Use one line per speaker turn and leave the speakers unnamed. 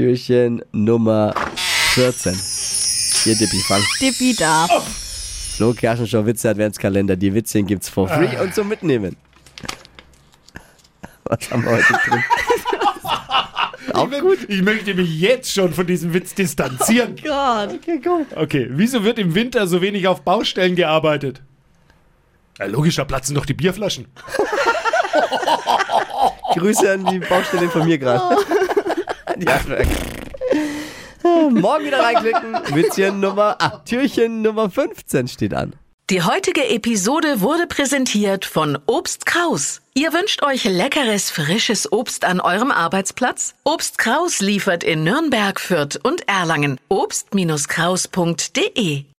Türchen Nummer 14. Hier, Dippi, fang.
Dippi darf.
Flo Kerschenshow Witze Adventskalender. Die Witzchen gibt's for free und zum Mitnehmen. Was haben wir heute drin?
Auch gut. Ich möchte mich jetzt schon von diesem Witz distanzieren.
Gott.
Okay, wieso wird im Winter so wenig auf Baustellen gearbeitet? Ja, logisch, da platzen doch die Bierflaschen.
Grüße an die Baustelle von mir gerade. An die Handwerker. Morgen wieder reinklicken. Witzchen Nummer, ah, Türchen Nummer 15 steht an.
Die heutige Episode wurde präsentiert von Obst Kraus. Ihr wünscht euch leckeres, frisches Obst an eurem Arbeitsplatz? Obst Kraus liefert in Nürnberg, Fürth und Erlangen. Obst-Kraus.de